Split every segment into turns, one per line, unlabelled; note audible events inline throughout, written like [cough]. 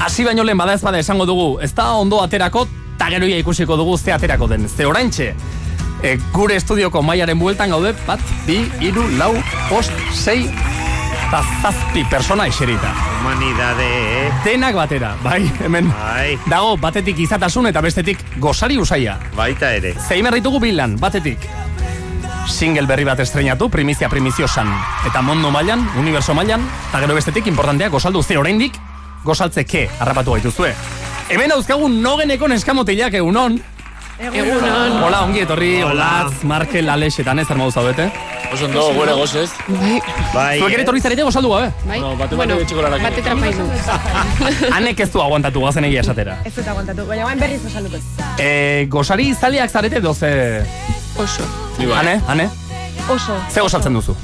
hasi baino lehen bada ez bada esango dugu, ez da ondo aterako, ta geroia ikusiko dugu ze aterako den. Ze oraintxe, e, gure estudioko mailaren bueltan gaude, bat, bi, iru, lau, post, sei, eta zazpi persona eserita.
Humanidade, eh?
Denak batera, bai, hemen
Bai,
dago batetik izatasun eta bestetik gozari usaia.
baita ere.
Zein berri dugu bilan, batetik. Single berri bat estreinatu, primizia primiziosan. Eta mondo mailan, universo mailan, eta gero bestetik importanteak gozaldu ze oraindik gozaltzeke harrapatu gaituzue. Hemen dauzkagu nogeneko neskamotilak egunon.
Egunon.
Hola, ongi etorri,
Hola.
olatz, markel, alesetan ez armadu zaudete.
Oso ondo, gure gozez.
Bai,
Bai,
Zuek ere etorri zarete gozaldu gabe.
[laughs]
bai.
No, bate bate etxeko lanak.
bate trapaizu.
Hanek ez du aguantatu gazen egia esatera.
Ez dut aguantatu, baina oain berriz esan dut.
E, gozari izaliak zarete doze...
Oso.
Ni bai.
Hane, hane,
Oso.
ze gozatzen duzu?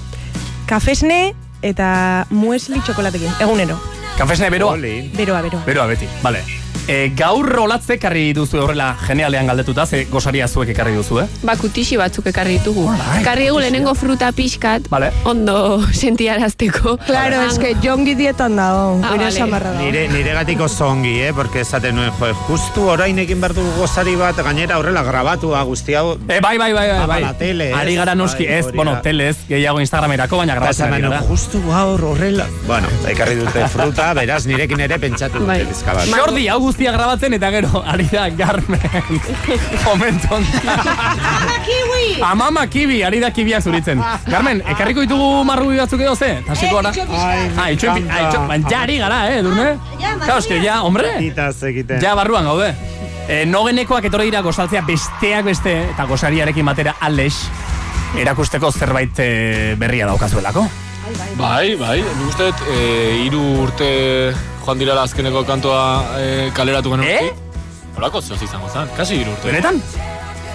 Kafesne eta muesli txokolatekin, egunero.
Kanfesne beroa?
Oli.
Beroa, beroa.
Beroa beti, bale. E, gaur rolatzek ekarri duzu horrela genialean galdetuta, ze gosaria zuek ekarri duzu, eh?
Ba, kutixi batzuk ekarri ditugu. Ekarri egu lehenengo fruta pixkat,
Vale.
ondo [laughs] sentiarazteko.
Claro,
Ah,
es que jongi dietan dago,
Ah,
gure
vale.
samarra dago.
Nire, nire gatiko zongi, eh? Porque esaten nuen, jo, justu orain egin behar dugu gozari bat, gainera horrela grabatua guzti hau.
E, bai, bai, bai, bai,
Apala,
bai.
Ah, tele, ez?
Ari gara noski,
Bai,
ez,
hori
bueno,
da.
tele ez, gehiago Instagramerako, baina
Eta esan
grabatzen ari
nuen,
gara.
justu gaur horrela. Bueno, ekarri dute fruta, beraz nirekin ere pentsatu dute
Bai.
bizka bat.
Jordi, hau guztia grabatzen eta gero, ari da, [laughs] Garmen, momentu Amama kiwi! Amama kiwi, ari da kibiak zuritzen. Garmen, ekarriko ditugu marrubi batzuk edo ze? Taseko gara?
Ai, me
Ah, itxuen, pi-
encanta.
ah, itxuen, baina ja ari gara, eh, durne? Ja, oske, ja, hombre!
Titaz
Eh.
egiten.
Ja, barruan gaude. E, nogenekoak etorri dira gozaltzea besteak beste, eta gozariarekin batera ales, erakusteko zerbait eh, berria daukazuelako.
Bai, bai, nik uste dut, eh, hiru urte joan dirala azkeneko kantoa eh, kaleratu genuen.
Eh?
Horako zoz izango zen, kasi hiru urte.
Benetan?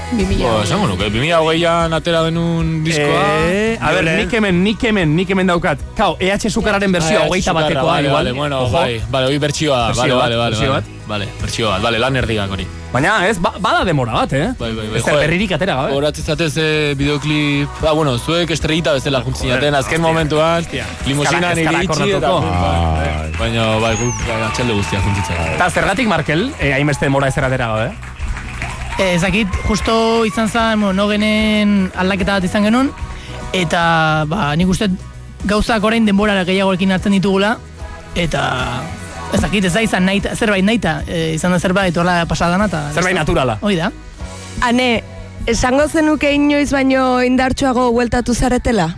Bi mila.
Bo, esango nuke, 2008an atera genuen diskoa.
Eh, a ber,
Jole.
nik hemen, nik hemen, nik hemen daukat. Kau, EH Sukararen berzioa, hogeita batekoa,
Bai, vale,
igual.
Vale, bueno,
Ojo.
bai, vale, hoi bertsioa,
Bertsio
vale,
bat,
vale, vale.
bertsio bat.
Vale, bertsioa bat, vale, lan erdigak hori.
Baina, ez, ba, bada demora bat, eh?
Bai, bai, bai,
Ez da,
joder.
berririk atera, gabe.
Horatz izatez eh, bideoklip, ah, bueno, zuek estrellita bezala juntzen jaten, azken momentuan, limusinan
Ezkara- ezkara
iritsi eta...
korratuko.
Bai, Baina, bai, guk bai, atxalde guztia juntzitzen. [laughs]
Eta zergatik, Markel, eh, hainbeste demora ez atera gabe.
Eh, Ez dakit, justo izan zen, bueno, nogenen aldaketa bat izan genuen, eta ba, nik uste gauzak orain denbora gehiagorekin hartzen ditugula, eta ez dakit, ez da izan nahi, zerbait nahita, eh, izan da zerbait horla pasadana, eta...
Zerbait naturala.
Hoi da.
Ane, esango zenuke inoiz baino indartsuago bueltatu zaretela?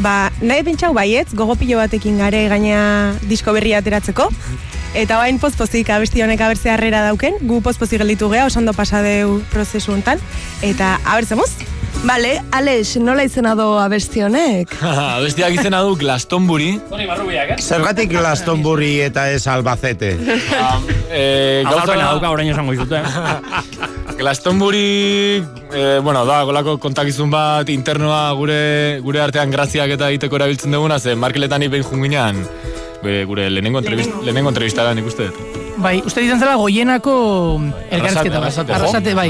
Ba, nahi pentsau baietz, gogopilo batekin gare gaina disko berria ateratzeko. Eta bain pozpozik abesti honek abertze harrera dauken, gu pozpozik gelditu gea, osando pasadeu prozesu hontan. Eta abertzemuz,
Bale, Alex, nola izena do abesti honek?
Bestiak izena du Glastonbury. eh?
Zergatik Glastonbury eta ez Albacete.
Um, eh, gauza
Azalpena dauka, orain esango dizut, eh?
Glastonbury, eh, bueno, da, golako kontakizun bat internoa gure gure artean graziak eta egiteko erabiltzen duguna, ze Markeletan ipen junginean, gure, gure lehenengo, entrevist, lehenengo entrevistaran ikusten.
Bai, uste izan zela goienako elkarrizketa. bai.
Arrasate,
Arrasate, bai.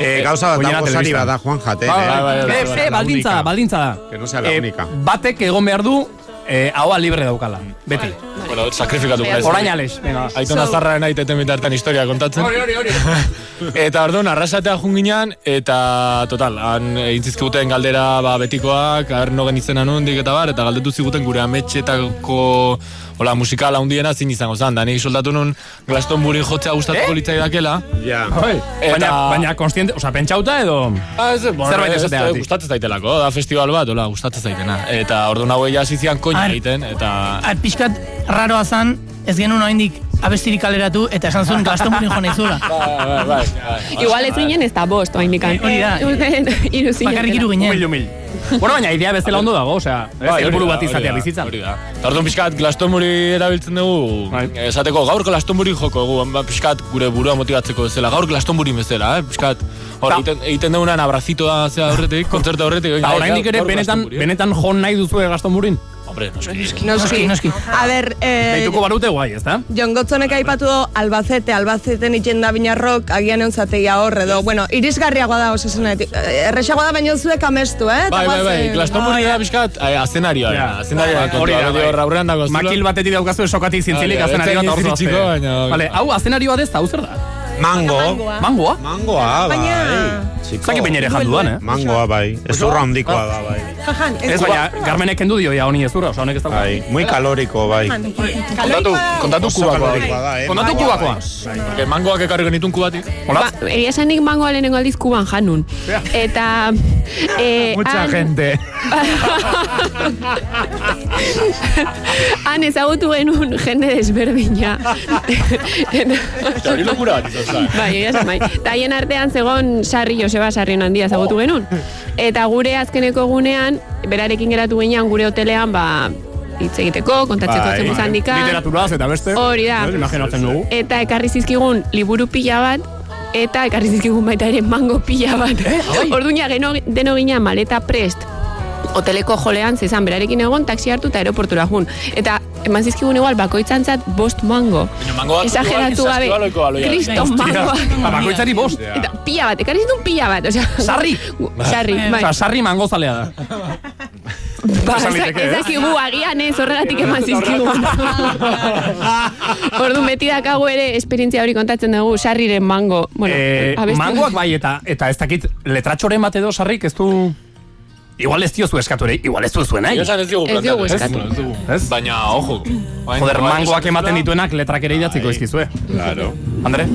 Eh, gauza bat, da
Oinera
gozari
telebistan.
bat da Juan Jaten,
Bai,
eh?
bai, bai, bai,
Eh,
bai.
eh, baldintza da, baldintza da.
Que no sea la
Eh,
única.
batek egon behar du, eh, ahoa libre daukala. Beti.
Bueno, sakrifikatu gara. ez.
Orain ales, venga.
Aitona zarra nahi teten bitartan historia kontatzen. Bai. Hori, hori, hori. eta orduan, arrasatea junginan, eta total, han egin zizkiguten galdera ba, betikoak, arnogen izena nondik eta bar, eta galdetu ziguten gure ametxetako hola, musikala hundiena zin izango zen, da nik soldatu nun Glastonbury jotzea gustatuko eh? litzai dakela.
Ja.
Oi, Bai.
Eta-
Baina, baina konstiente, osea, pentsauta edo...
Ah, Ez, bueno,
Zerbait
ez,
esateagatik.
ez, gustatzen zaitelako, da festival bat, hola, gustatzen zaitena. Eta orduan hauek ja zizian koina
Ar-
egiten, eta...
Ar, pixkat raroa zan, ez genuen oraindik abestirik kaleratu, eta esan zuen Glastonburin jo naizula.
Bai, bai, bai.
Igual ez ginen ez da bost, oain dikan.
Eh, Hori da.
[laughs] Iru zinen.
Bakarrik hiru
Humil,
ginen.
humil. bueno, baina idea bezala ondo dago, osea,
Bai,
bai,
hori
helburu
da,
bat
hori
izatea
da,
bizitzan.
Hori da. Eta orduan pixkat Glastonbury erabiltzen dugu,
Bai.
esateko gaur Glastonbury joko gu, ba, pixkat gure burua motibatzeko bezala, gaur Glastonbury bezala, eh? pixkat, hor,
Ta-
egiten, egiten duguna abrazitoa zea horretik, kontzerta horretik.
Eta oraindik ere
Bai, gaur Bai.
benetan,
Glastonbury, eh?
benetan jon nahi duzu gaston burin.
Hombre, noski.
Noski, noski.
A ber, eh,
Deituko barute guai, ez da?
ba-
Jon Gotzonek aipatu do Albacete, Albaceten itxen da binarrok, agian eontzategia horre do. Bueno, irisgarriagoa da, osasunetik. Eh, Erresagoa da, baino zuek amestu, eh?
Bai, bai, bai,
Eta guazen-
glastonburi da bizkat, eh, azenarioa,
Ja.
yeah. azenarioa
Bai, hori
kontua,
da,
hori
bai.
hor aurrean dago zula.
Makil batetik daukazu esokatik zintzilik
Hori da,
azenarioa eta
ez
ordu
dakit
azte.
iritsiko, baina-
Vale, hau azenarioa dez, eta hau zer da?
Mango.
eh.
Mangoa?
Mangoa, bai.
Baina-
Txiko.
Zaki bain ere janduan, eh?
Mangoa, bai. Ez urra handikoa da, bai.
Jajan,
Ez, baina,
Bai.
garmenek kendu dio ja honi ez dura, osa honek ez dauka.
Bai, muy kaloriko, bai.
Kontatu, kontatu
Oso
kubakoa.
kalorikoa da, eh?
Kontatu
Mangoa,
kubakoa.
Porque mangoak ekarri genitun kubatik.
Hola?
Egia esanik mangoa lehenengo aldiz kuban janun. Eta... E,
eh,
han,
gente.
[laughs] han ezagutu genuen jende desberdina.
Eta hori lokura bat izan zen.
bai, egia esan bai. Eta haien artean zegon Sarri Joseba Sarri handia ezagutu genuen. Eta gure azkeneko egunean, berarekin geratu ginean gure hotelean, ba, hitz egiteko, kontatzeko
Bai,
bai,
bai.
handikan.
Literaturaz eta beste.
Hori da.
Ez, Imaginatzen dugu.
Eta ekarri zizkigun liburu pila bat, eta ekarri zizkigun baita ere mango pila bat. [laughs] Orduña geno, deno ginen maleta prest, hoteleko jolean zezan berarekin egon, taksi hartu eta aeroportura jun. Eta eman zizkigun igual bakoitzantzat bost mango.
Baina mangoak
Esageratu
zazpi
gabe,
baloiko baloia.
kriston
Tira,
mangoak.
ba, bakoitzari bost.
Eta pila bat, ekarri zituen pila bat. Osea,
Sarri?
Gu- Sarri, bai.
Osa, sarri mangozalea da.
Ba,
esan
ez dak-
liteke,
ez
eh?
dakigu agian ez horregatik eman zizkigun. [laughs] Ordu beti dakago ere esperientzia hori kontatzen dugu sarriren mango. Bueno,
Eh,
abestu- Ba,
mangoak bai eta eta ez dakit letratxoren bat edo sarrik ez du... Igual ez diozu eskatu ere, igual ez du zuen nahi.
Egia esan ez diogu
Ez diogu eskatu.
Ez dugu.
Ez?
Baina, ojo. Baina,
Joder, mangoak ematen dituenak letrak ere idatziko izkizue.
Claro.
Andre?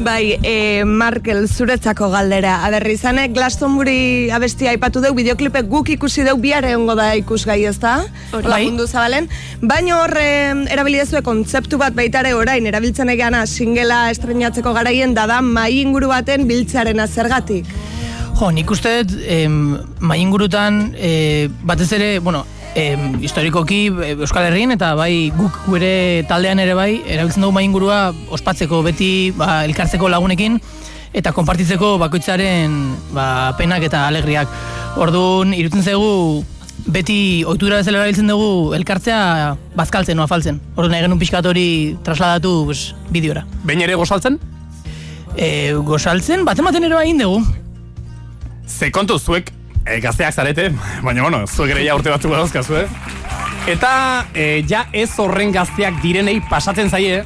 Bai, e, Markel, zuretzako galdera. Aber, izanek Glastonbury abestia aipatu deu, bideoklipe guk ikusi deu, bihar egongo da ikusgai ez da?
Hori.
bai.
Lagundu zabalen. Baina hor, eh, erabilidazue kontzeptu bat baitare orain, erabiltzen egana singela estrenatzeko garaien dada mai inguru baten biltzaren azergatik.
Jo, nik uste dut, em, mai ingurutan, eh, batez ere, bueno, em, historikoki eh, Euskal Herrien, eta bai guk gure taldean ere bai, erabiltzen dugu mai ingurua ospatzeko beti, ba, elkartzeko lagunekin, eta konpartitzeko bakoitzaren ba, penak eta alegriak. Orduan, irutzen zaigu, beti ohitura bezala erabiltzen dugu elkartzea bazkaltzen, no afaltzen. Orduan, nahi genuen pixkat hori trasladatu pues, bideora.
Behin ere gozaltzen?
E, gozaltzen, bat ematen ere bai egin
[laughs]
dugu.
Ze kontu zuek e, gazteak zarete, [laughs] baina bueno, zuek ere ja urte batzuk badauzkazu, eh? Eta e, ja ez horren gazteak direnei pasatzen zaie,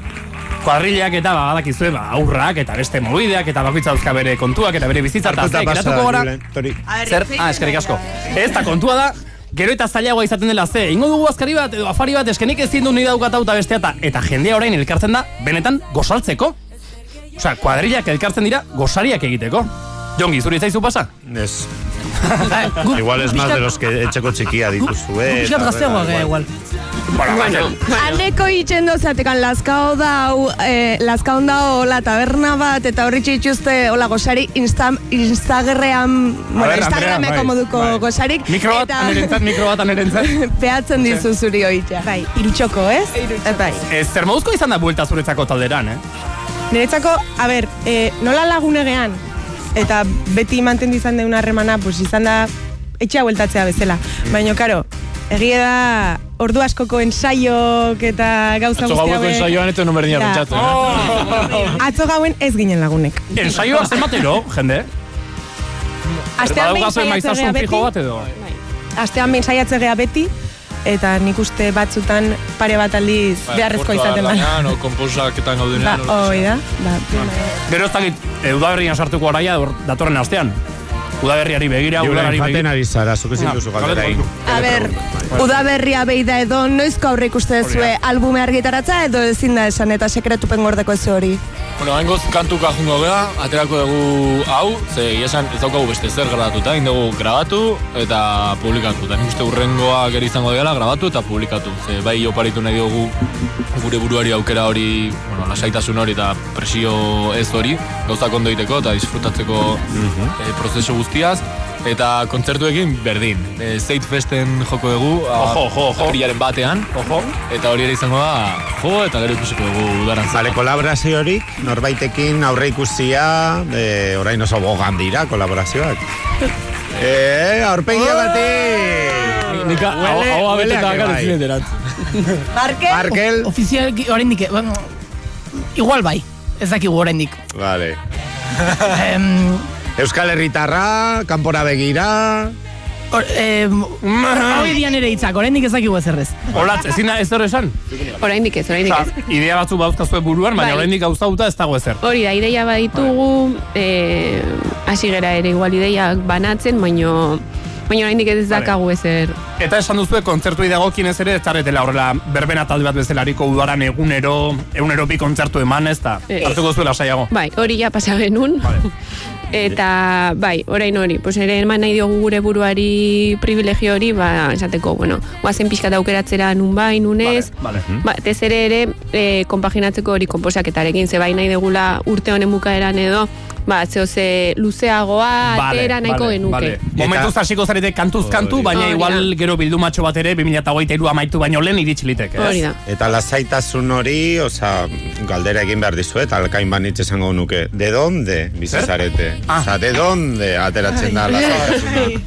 kuadrilak eta ba, badakizue, ba, aurrak eta beste mobideak eta bakoitza dauzka bere kontuak eta bere bizitza eta
Hartuta
azkenik
pasa,
geratuko gara.
Julen, Tori.
Zer? Ah, eskerik asko. Ez da kontua da, gero eta zailagoa izaten dela ze, ingo dugu azkari bat, edo afari bat, eskenik ezin du ni daukatau eta bestea, eta, eta jendea orain elkartzen da, benetan gozaltzeko. Osea, kuadrilak elkartzen dira, gozariak egiteko. Jongi, zuri zaizu pasa?
Ez.
Gu-
Igual es más
pixkat-
de los que etxeko txikia dituzu, eh?
Piskat
eta
gazteagoak
horrela,
gara igual.
Aneko itxen dozatekan laskao dau, eh, laskaon dau la taberna bat, eta horri txitxuzte, hola, gozari insta, Instagram, bueno,
Andrea,
Instagrameko
bai,
moduko
bai.
gozarik.
Mikro bat, anerentzat, mikro bat, anerentzat.
Peatzen dizu zuri hoitza.
Bai, irutxoko, ez?
Eh, Bai.
Ez, zer moduzko izan da buelta zuretzako talderan, eh?
Niretzako, a ber, e, nola lagunegean, eta beti mantendu izan deun harremana, pues izan da etxea bueltatzea bezala. Baina, karo, egia da ordu askoko ensaiok eta gauza
Atzo
guzti
gaueko
hauek-
ensaioan etzen non berdina
Ja.
pentsatu.
Oh.
[laughs] Atzo gauen ez ginen lagunek.
Ensaioa zenbatero, jende?
Astean behin
Badaukazu
saiatzen
emaitzasun
gea
fijo
beti,
bat edo?
astean behin saiatzen gea beti, eta nik uste batzutan pare bat aldiz
Bai,
beharrezkoa izaten da.
Lanean, o komposaketan
Ba,
gaudenean. o-
hoi da, ba.
Gero ez dakit, e, udaberrian sartuko araia hor- datorren astean. Udaberriari begira,
Julen,
udaberriari
jaten
begira.
ari zara, zuk ezin duzu galdera egin.
A ber,
bai.
udaberria behi da edo, noizko aurre ikuste zue albume argitaratza edo ezin da esan eta sekretupen gordeko ez hori.
Bueno, hain goz kantuka jungo gara, aterako dugu hau, ze egia esan ez daukagu beste zer grabatuta, egin dugu grabatu eta publikatu. Eta nik uste urrengoa gero izango dela grabatu eta publikatu. Ze bai oparitu nahi dugu gure buruari aukera hori, bueno, lasaitasun hori eta presio ez hori, gauzak ondo egiteko eta disfrutatzeko
Mhm.
eh, prozesu guztiaz. Eta kontzertuekin berdin. E, Zeit festen joko dugu,
Ojo, ojo, ojo.
aprilaren batean,
Ojo.
eta hori ere izango da, jo, eta gero ikusiko dugu udaran zer.
Vale, kolaboraziorik, norbaitekin aurre ikusia, e, orain Eh, oso bogan dira kolaborazioak. E, aurpegia batik!
Oh.
Nik hau
Huele-
hau
huele a
beteta
que
dakarri
bai.
zineterat.
Barke?
Markel.
Ofizialki, oraindik, eh, bueno, igual bai, ez dakigu oraindik.
Vale.
Em,
Euskal Herritarra, kanpora begira.
or, em, hau edian ere hitzak, oraindik ez dakigu ezer ez.
Olatz, ezin da ez hori esan?
Oraindik ez, oraindik
Osa,
ez.
idea batzu badauzkazue buruan, baina
Bai.
oraindik gauzauta ez dago ezer.
Hori da, ideia baditugu, eh, hasi gera ere igual ideiak banatzen, baino baina oraindik ez dakagu ezer.
Eta esan duzue kontzertuei dagokienez ere ez zaretela horrela berbena talde bat bezelariko udaran egunero, egunero bi kontzertu eman ez da.
Ez.
Hartuko zuela saiago.
Bai, hori ja pasa genuen. [laughs] Eta, bai, orain hori, pues ere eman nahi diogu gure buruari privilegio hori, ba, esateko, bueno, guazen pixka daukeratzera nun bai, nun ez.
Vale, vale.
Ba, ez ere ere, e, konpaginatzeko hori konposaketarekin, ze bai nahi degula urte honen bukaeran edo, ba, zeo ze luzeagoa, atera nahiko genuke.
Momentuz hasiko zarete kantuz kantu,
Hori.
baina
Hori da.
igual gero bildumatxo bat ere 2023 amaitu baino lehen iritsi liteke. ez?
Hori da.
Eta lasaitasun hori, oza, galdera egin behar dizuet, alkain banitz esango nuke. De donde bizi zarete?
Ah.
Oza, de donde ateratzen da lasaitasun
[laughs]
hori?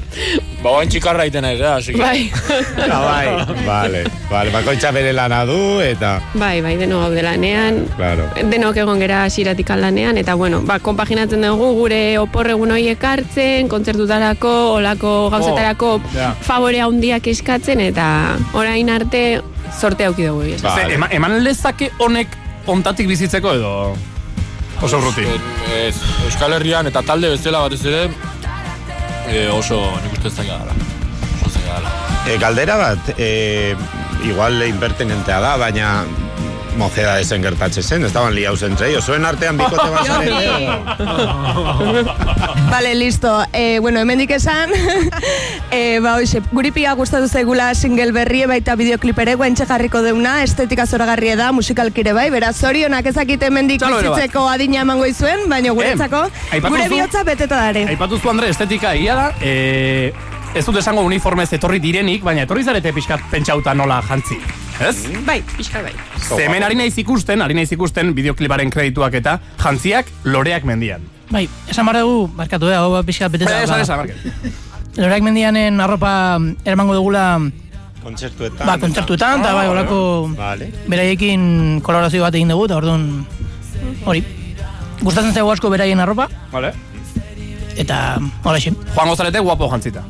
Ba, oain txikarra iten ari, da, hasi.
Bai, [laughs]
Ah, bai. Vale, vale, bakoitza bere lana du eta...
bai, bai, deno gaude lanean,
Claro.
denok egon gera hasieratik lanean eta bueno, ba, konpaginatzen dugu gure oporregun horiek hartzen, kontzertutarako, olako gauzetarako
ja.
favore handiak eskatzen eta orain arte sorte auki dugu egia esan.
Ze,
Vale.
ema- eman lezake honek ontatik bizitzeko edo oso urruti.
Ez, eh, Euskal Herrian eta talde bezala batez ere eh, oso nik uste zaila dela. Oso zaila dela.
E, galdera bat, e, igual impertinentea da, baina mozeda esen gertatzen zen, estaban liaus entre ellos. Zuen artean bikote
[laughs]
bat zarete.
Ah.
Bale, listo. E, bueno, hemendik
[laughs]
esan, e, ba, hoxe, guri pila gustatu zaigula single berri baita bideoklip ere guaintxe jarriko deuna, estetika zoragarria da, musikalkire bai, beraz zorionak ezakite hemendik
Txalo ere bat.
bizitzeko adina emango izuen, baina guretzako,
Em, aipatu
gure
zu-
bihotza beteta dare.
Aipatu zu Andre estetika egia da, e, ez dut esango uniformez etorri direnik, baina etorri zarete pixkat pentsauta nola jantzi. Ez?
Bai,
Pixka bai.
Ze hemen ari naiz ikusten, ari naiz ikusten bideokliparen kredituak eta jantziak loreak mendian.
Bai, esan behar dugu, barkatu da, hau bat pixka beteta.
Esa,
ba,
esa, esa, Markel.
Loreak mendianen arropa eramango dugula
Kontzertuetan.
ba, kontzertuetan, eta bai, olako
Vale.
beraiekin kolaborazio bat egin dugu, eta orduan hori. Gustatzen zaigu asko beraien arropa,
Vale.
eta horaxe.
Juan zarete guapo jantzita.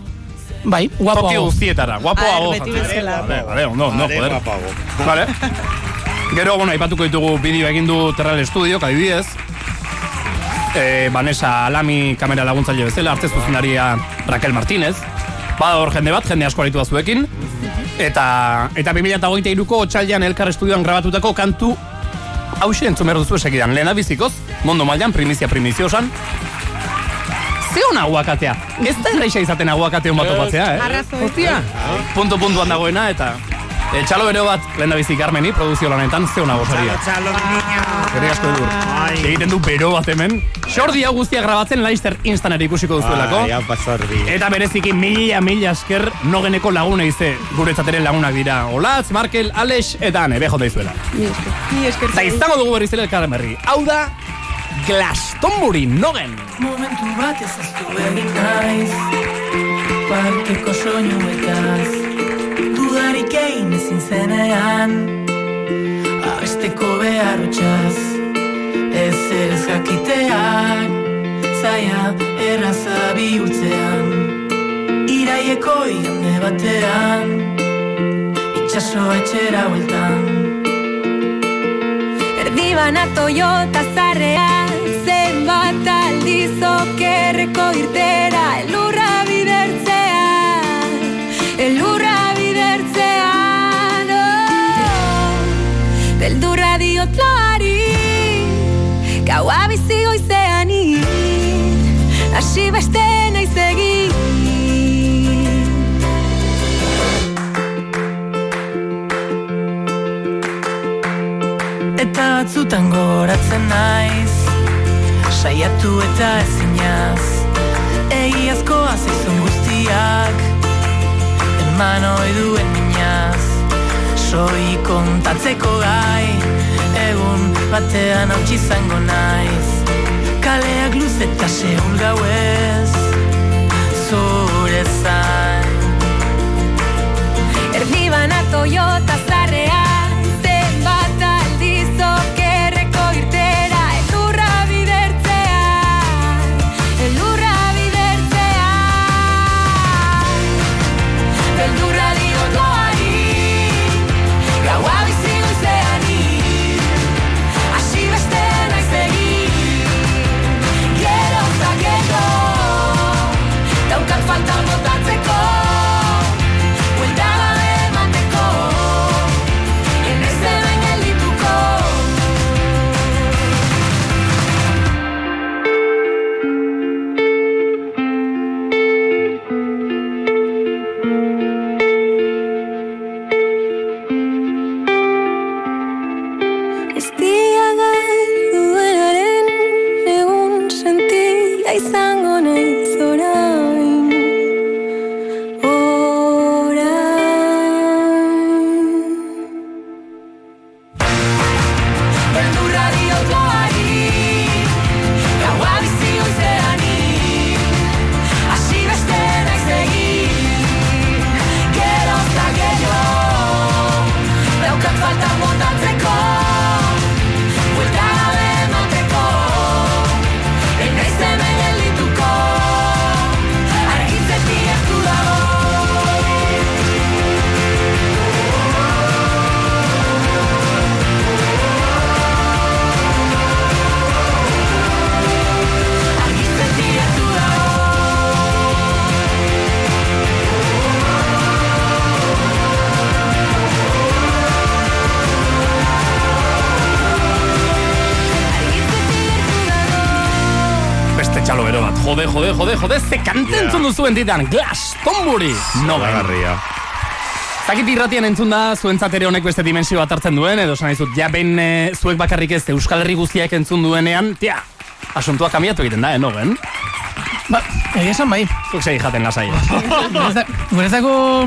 Bai,
Toki
guapo.
guztietara, guapoago
Aher, Ah, beti
jantzita.
bezala.
Vale, vale, ondo, ondo,
Are
joder. Ba,
guapago.
Vale. Gero, bueno, aipatuko ditugu bideo egin du Terral Studio, adibidez. Eh, Vanessa Alami kamera laguntzaile bezala, arte zuzendaria Raquel Martínez. Bada hor jende bat, jende asko aritu da zuekin. Eta, eta 2023ko otxailan elkar estudioan grabatutako kantu hause entzun behar duzu esekidan. Lehena bizikoz, mondo mailan primizia primiziosan. Ze hona aguakatea. Ez da erraixa izaten aguakateon bat topatzea, eh? Hostia. Punto puntuan dagoena eta e, txalo bero bat lenda bizi Carmeni produzio lanetan zeu nagosaria. Gerri asko edur. Egiten du bero bat hemen. Xordi hau guztia grabatzen Leicester instan ere ikusiko duzuelako.
Ai, hau pasardi.
Eta bereziki mila mila esker nogeneko laguna ize guretzateren lagunak dira. Olatz, Markel, Alex eta Ane, bejo daizuela.
Ni esker
Eta izango dugu berriz ere elkarren berri. Hau da, Glastonbury nogen.
Momentu bat ez aztu berrik naiz Parteko soinuetaz Dudarik egin ezin zenean Abesteko behar utxaz Ez zer ez jakiteak Zaila erraza bihurtzean Iraieko igande batean Itxaso etxera bueltan
Erdi bana Toyota zarrean Zenbat aldiz okerreko irtera Elurra bidertzean Elurra bidertzean oh. Beldurra diot loari Gaua bizi goizean ir Asi beste naiz egin
Eta batzutan goratzen naiz Saiatu eta ezinaz Egiazkoa zaizun guztiak Eman ohi duen minaz Soi kontatzeko gai Egun batean hautsi izango naiz Kaleak luz eta seul gauez Zure zain
izana Toyota zarrean Zenbat aldiz okerreko irtera Elurra bidertzean Elurra bidertzean Beldurra diot loari Gaua bizi goizean Asi beste naiz egin Gero eta gero Daukat falta botatzeko Buelta bat emateko Enez hemen geldituko Eztia galduenaren egun sentila izango naiz orain Orain Beldurra diot loari Gaua bizi goizeanik Asi beste naiz egin Gero eta gehiago Daukat falta botatzeko Buelta gabe emateko Ez naiz hemen geldituko Argitzetik hartu dago
Beste txalo bero bat. Jode, jode, jode, jode, ze kanta
Yeah.
entzun duzu entitan. Glass, Tomburi. No,
Zoragarria.
Zakit irratian entzun da, zuentzat ere honek beste dimensio bat hartzen duen, edo esan dizut, ja behin e, zuek bakarrik ez Euskal Herri guztiak entzun duenean, tia, asuntua kambiatu egiten da, eh, nogen?
Ba, egia esan bai.
Zuk segi jaten lasai.
Guretzak- Guretzako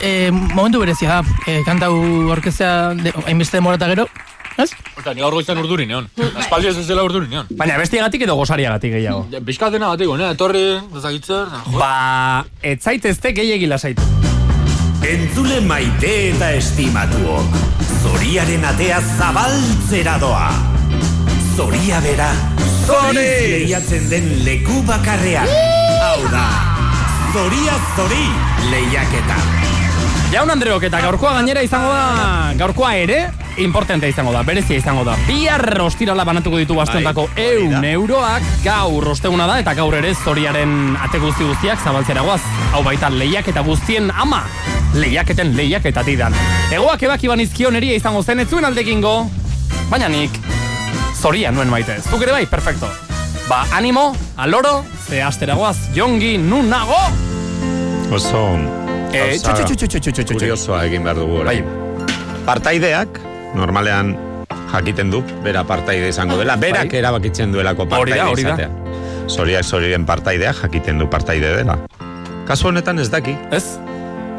eh, momentu berezia da. Eh, kantau orkestea de- hainbeste demora eta gero. Ez?
Eta ni gaur goizan urduri neon. Aspaldi ez bezala urduri neon.
Baina bestiagatik edo gozariagatik gehiago.
Bizkat dena bateko, ne? Etorri, ah. ezagitzer, da, jo.
Ba, etzaitezte gehiegi lasaitu.
Entzule maite eta estimatuok, zoriaren atea zabaltzera doa. Zoria bera, zoriz lehiatzen den leku bakarrean. Hau da, zoria zori lehiaketa.
Jaun Andreok eta gaurkoa gainera izango da, gaurkoa ere, importantea izango da, berezia izango da. Bihar ostirala banatuko ditu bastontako eun euroak, gaur osteguna da, eta gaur ere zoriaren ate guzti guztiak zabaltzera guaz. Hau baita lehiak eta guztien ama, lehiaketen lehiak eta tidan. Egoak ebaki banizkion eria izango zen, etzuen aldekingo, baina nik zoria nuen maite. Zuk ere bai, perfecto. Ba, animo, aloro, ze astera guaz, jongi, nun nago!
Oso...
Eh,
gauza
txu, txu, txu, txu, txu, txu, txu.
Kuriosoa egin behar dugu orain. Bai. Partaideak, normalean jakiten du, bera partaide izango dela, berak erabakitzen duelako
Bai. Hori
partaide
da, hori da.
izatea. Zoriak zoriren partaidea jakiten du partaide dela. Kasu honetan ez daki.
Ez?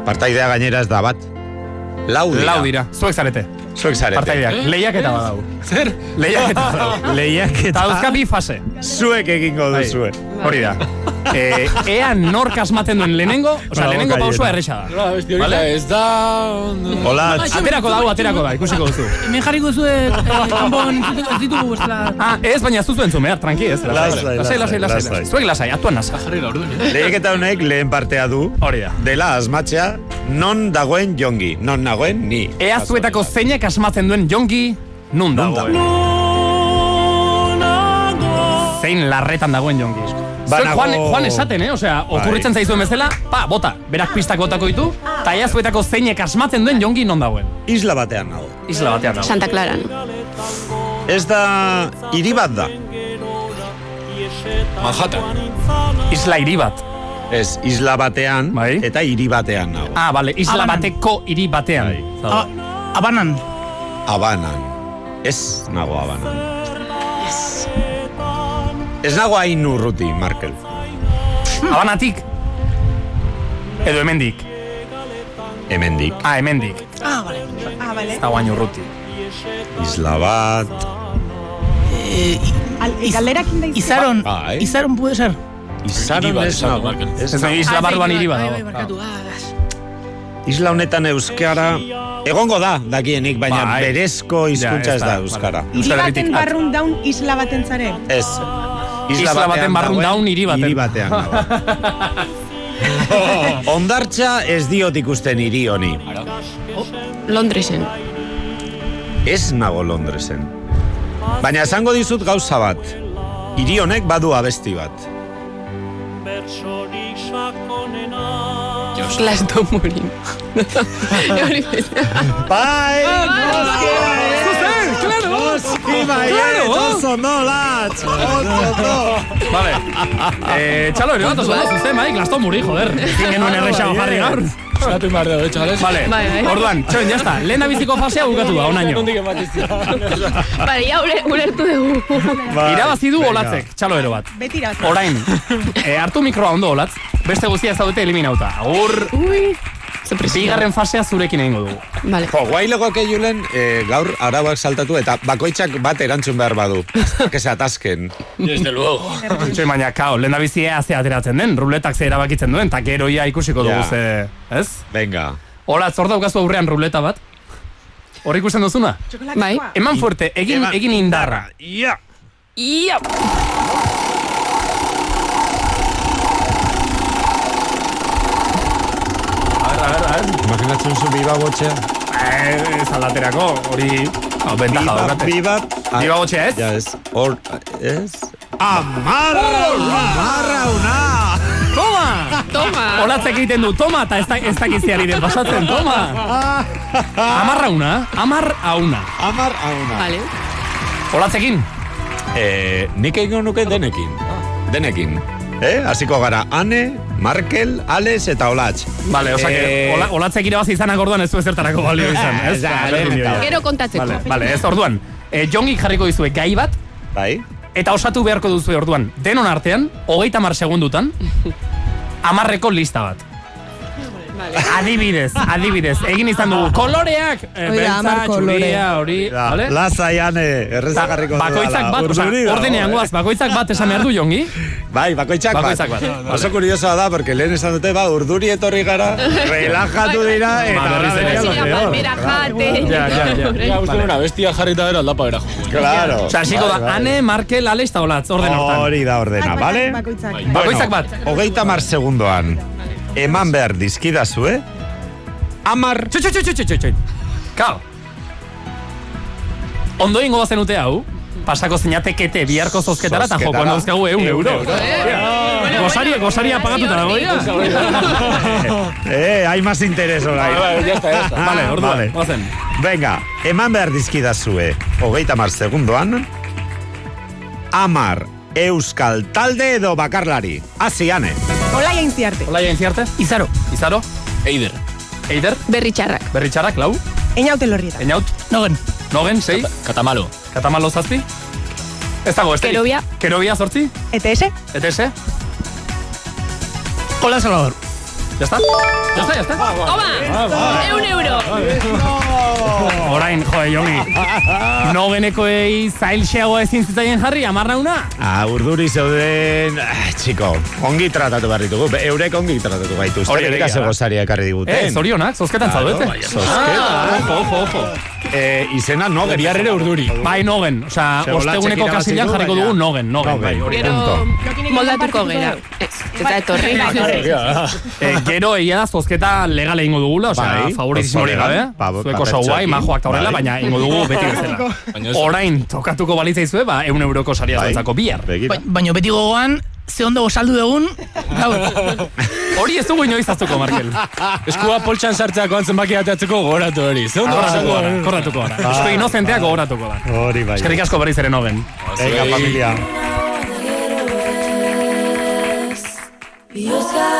Partaidea gainera ez da bat. Lau dira.
Lau dira, zuek zarete.
Zuek zarete.
Partaideak, lehiak eta badau.
Zer?
Lehiak eta [laughs] badau.
Lehiak
Eta dauzka
eta
bi fase.
zuek egingo duzue.
Bai.
Eh,
Hori da. E, ea nork asmaten duen lehenengo, osea,
Bravo,
lehenengo
Cayena.
pausua erresa da.
Nola, besti hori,
Vale.
eta ez da...
Hola,
Aterako dau, aterako da, ikusiko duzu.
Hemen jarriko duzu eh, kanpon ez ditugu bestela.
Ah, ez, baina ez duzu entzun behar, tranqui, ez.
Lasai,
lasai, lasai,
lasai,
lasai.
lasai.
Zuek lasai, atuan nasa.
Jarri la urduri.
Lehiaketa honek lehen partea du.
Hori da.
Dela asmatzea, non dagoen jongi, non nagoen ni.
Ea zuetako zeinek asmatzen duen jongi, nun dagoen. Zein larretan dagoen jongi. Zuek
Banago-
Juan, Juan esaten, eh? Osea, okurritzen zaizuen bezala, pa, bota, berak pistak botako ditu, eta ea zuetako zeinek asmatzen duen jongi non dagoen.
Isla batean nago.
Isla batean dago.
Santa Clara.
Ez da, hiri bat da.
eh? Manhattan.
Isla hiri bat.
Ez, isla batean
Bai.
eta hiri batean nago.
Ah, bale, isla
Habanan.
bateko hiri batean. Ah,
Bai.
Zago.
Abanan.
Habanan. Ez nago Habanan. Ez. Ez nago hain urruti, Markel.
Habanatik? Edo hemendik.
Hemendik.
Ah, hemendik.
Ah, bale.
Eta guain urruti.
Isla bat,
Eh,
Al- Galderak inda
izaron,
Bai.
izaron puede ser.
izaron
Hiri bat
ez
esan du,
nago.
Markel.
Ez
Ah, Ez da
nago.
isla barruan hiri
Bai, bai,
badago.
barkatu. Ah,
Isla honetan euskara egongo da dakienik, baina
Bai.
berezko hizkuntza
Ja, ez
ez
da,
da
vale.
euskara.
Hiri baten barrun daun isla baten zare.
Ez.
Isla baten barrun daun hiri baten.
Hiri batean.
[laughs]
[laughs] dago. Ondartza ez diot ikusten hiri honi.
Londresen.
Ez nago Londresen. Baina esango dizut gauza bat. Hiri honek badu abesti bat.
Las Domurin. Hori
Bai, noski baiet!
Zuzen,
claro! Noski baiet,
Claro!
oso nola! Oso
[laughs] Vale. Eh, txalo ere bat, oso da, zuzen, bai, glasto muri, joder. [laughs] Ezin genuen errexago jarri gaur.
Eskatu inbar dago, eh, txales.
Vale,
Bai, bai.
orduan, txon, jazta, lehen abiziko fasea bukatu da, onaino.
Bare, ja ure, urertu Bai, dugu.
Irabazi du olatzek, txalo ero bat.
Beti irabazi.
Orain, [laughs] eh, hartu mikroa ondo olatz, beste guztia ez daudete eliminauta. Agur,
Ui.
bigarren fasea zurekin egingo dugu.
Vale.
Jo, guai legoak eiulen, eh, gaur arauak saltatu eta bakoitzak bat erantzun behar badu. Que se atasken.
[laughs] Desde luego.
Txoi, baina, kao, lehen abizia ze ateratzen den, ruletak ze erabakitzen duen, eta gero ia ikusiko dugu
Ja.
ze, ez?
Venga.
Olatz, hor daukazu aurrean ruleta bat. Hor ikusten duzuna?
Bai.
Eman fuerte, egin,
Eman
egin indarra.
Ia!
Ia.
A ber, a ber, a ber.
Imaginatzen zu biba botxea.
Eh, Ez aldaterako, hori... hau, Bentaja
Biba,
daukate.
biba. Ah,
Biba gotxea ez?
Ja, ez. Hor, ez?
Amarra! Amarra una!
Toma!
Toma.
Olatzek egiten du, toma, eta ez, da, ez dakitzeari den pasatzen, toma! Amarrauna, amarrauna.
Amar auna.
Vale.
Olatzekin,
Eh, nik egingo nuke denekin. Denekin. Eh, hasiko gara Ane, Markel, Ales eta Olatz.
Vale, osak,
Eh,
ola, olatzek irabazi izanak orduan ez du ezertarako balio izan, ez?
Ez da,
Berdin dio, ja.
Gero kontatzeko.
Vale, vale, ez orduan. E, jongik jarriko dizue gai bat,
Bai?
eta osatu beharko duzue orduan. Denon artean, hogeita mar
[laughs]
segundutan, amarreko lista bat. Adibidez, adibidez, egin izan dugu koloreak, e,
Hori da,
beltza,
hamar kolore.
txuria, hori, vale?
Lazai, Ane,
Ta-
errezagarriko
Bakoitzak bat, oza,
eh.
ordenean guaz, bakoitzak bat esan behar du, jongi?
Bai, bakoitzak,
Bakoitzak bat.
bat.
Vale.
Oso kuriosoa da, porque lehen esan dute, ba, urduri etorri gara, relajatu dira, eta
Ba, berriz ere. bai.
berriz
Zira
ere lo peor.
palmera jate.
Ja, ja, ja.
Ja, uste
Vale.
una bestia jarri eta gero aldapa bera jo.
Claro.
Osa, hasiko da,
Bai, bai.
Ane, Markel, Alex eta Olatz, orden hortan.
Hori da ordena, bale? Bai,
Bakoitzak.
Bakoitzak bat.
Hogeita mar segundoan, eman behar dizkidazu, eh? Amar,
Txu, txu, txu, txu, txu, txu, txu. Kao. Ondo ingo bazen ute hau, pasako zinatekete biharko zozketara eta
Zozketara.
jokoan dauzkagu eun euro.
Bueno,
Gosaria,
bueno,
gosaria
bueno,
pagatuta dago,
hori.
[laughs] eh, hay más interes orain.
Bai, Ya está, ya está.
Vale, orduan,
Vale.
goazen.
Venga, eman behar dizkidazue, hogeita mar segundoan, amar, euskal talde edo bakarlari. Hazi, [laughs] Ane.
Hola jain ziarte.
Olaia enziarte? Izaro. Izaro?
Eider.
Eider?
Berri txarrak.
Berritxarrak, lau?
Einaute lorrieta.
Einaut?
Nogen.
Nogen, sei?
Katamalo.
Katamalo zazpi? Ez dago, ez
Kerobia.
Kerobia, sortzi?
Eta ese?
Eta ese?
Hola, Salvador.
Ya está? Ya está, ya está.
Ah,
Toma. Eun euro.
Orain, joe, jongi. [laughs] Nogenekoei zailxeagoa ezin zitzaien jarri, amarnauna.
Ah, urduri zeuden, ah, txiko, ongi tratatu behar ditugu, Be- eurek ongi tratatu gaitu.
Hori
Hori
egia
erika
da.
zegozaria ekarri diguten.
Eh, zorionak, bai, zozketan zaudete.
Zozketa.
Ojo, ojo, ojo.
Eh, izena no
Bihar ere urduri.
Bai, nogen. Osea,
Segolatzek
osteguneko
irabazi
kasilan
du,
jarriko
baina-
dugu nogen, nogen. Bai, hori.
Gero
Punto.
moldatuko gera. Ez, ez da etorri.
[laughs]
Eh, gero egia da zozketa legal egingo dugula, osea,
Bai,
favoritismorik
legal,
gabe.
pavo-
Zueko
papertxoekin.
sauai, majoak eta horrela,
Bai.
baina egingo
[laughs]
dugu beti bezala.
Baina ez-
Orain tokatuko balitzaizue, ba, eun euroko saria
Bai.
zuentzako bihar.
Begira.
Ba- Baina beti gogoan, ze ondo saldu dugun, gaur.
Hori ez dugu inoiz aztuko,
[laughs]
Markel.
Ah.
Eskua poltsan sartzeako anzenbaki ateatzeko goratu hori. Ze ondo
Horatuko gara,
pasako.
korratuko gara.
Ah.
Esko inozenteak gogoratuko da.
Hori bai.
Eskerrik asko berriz ere nogen.
Venga, familia.
Bihozka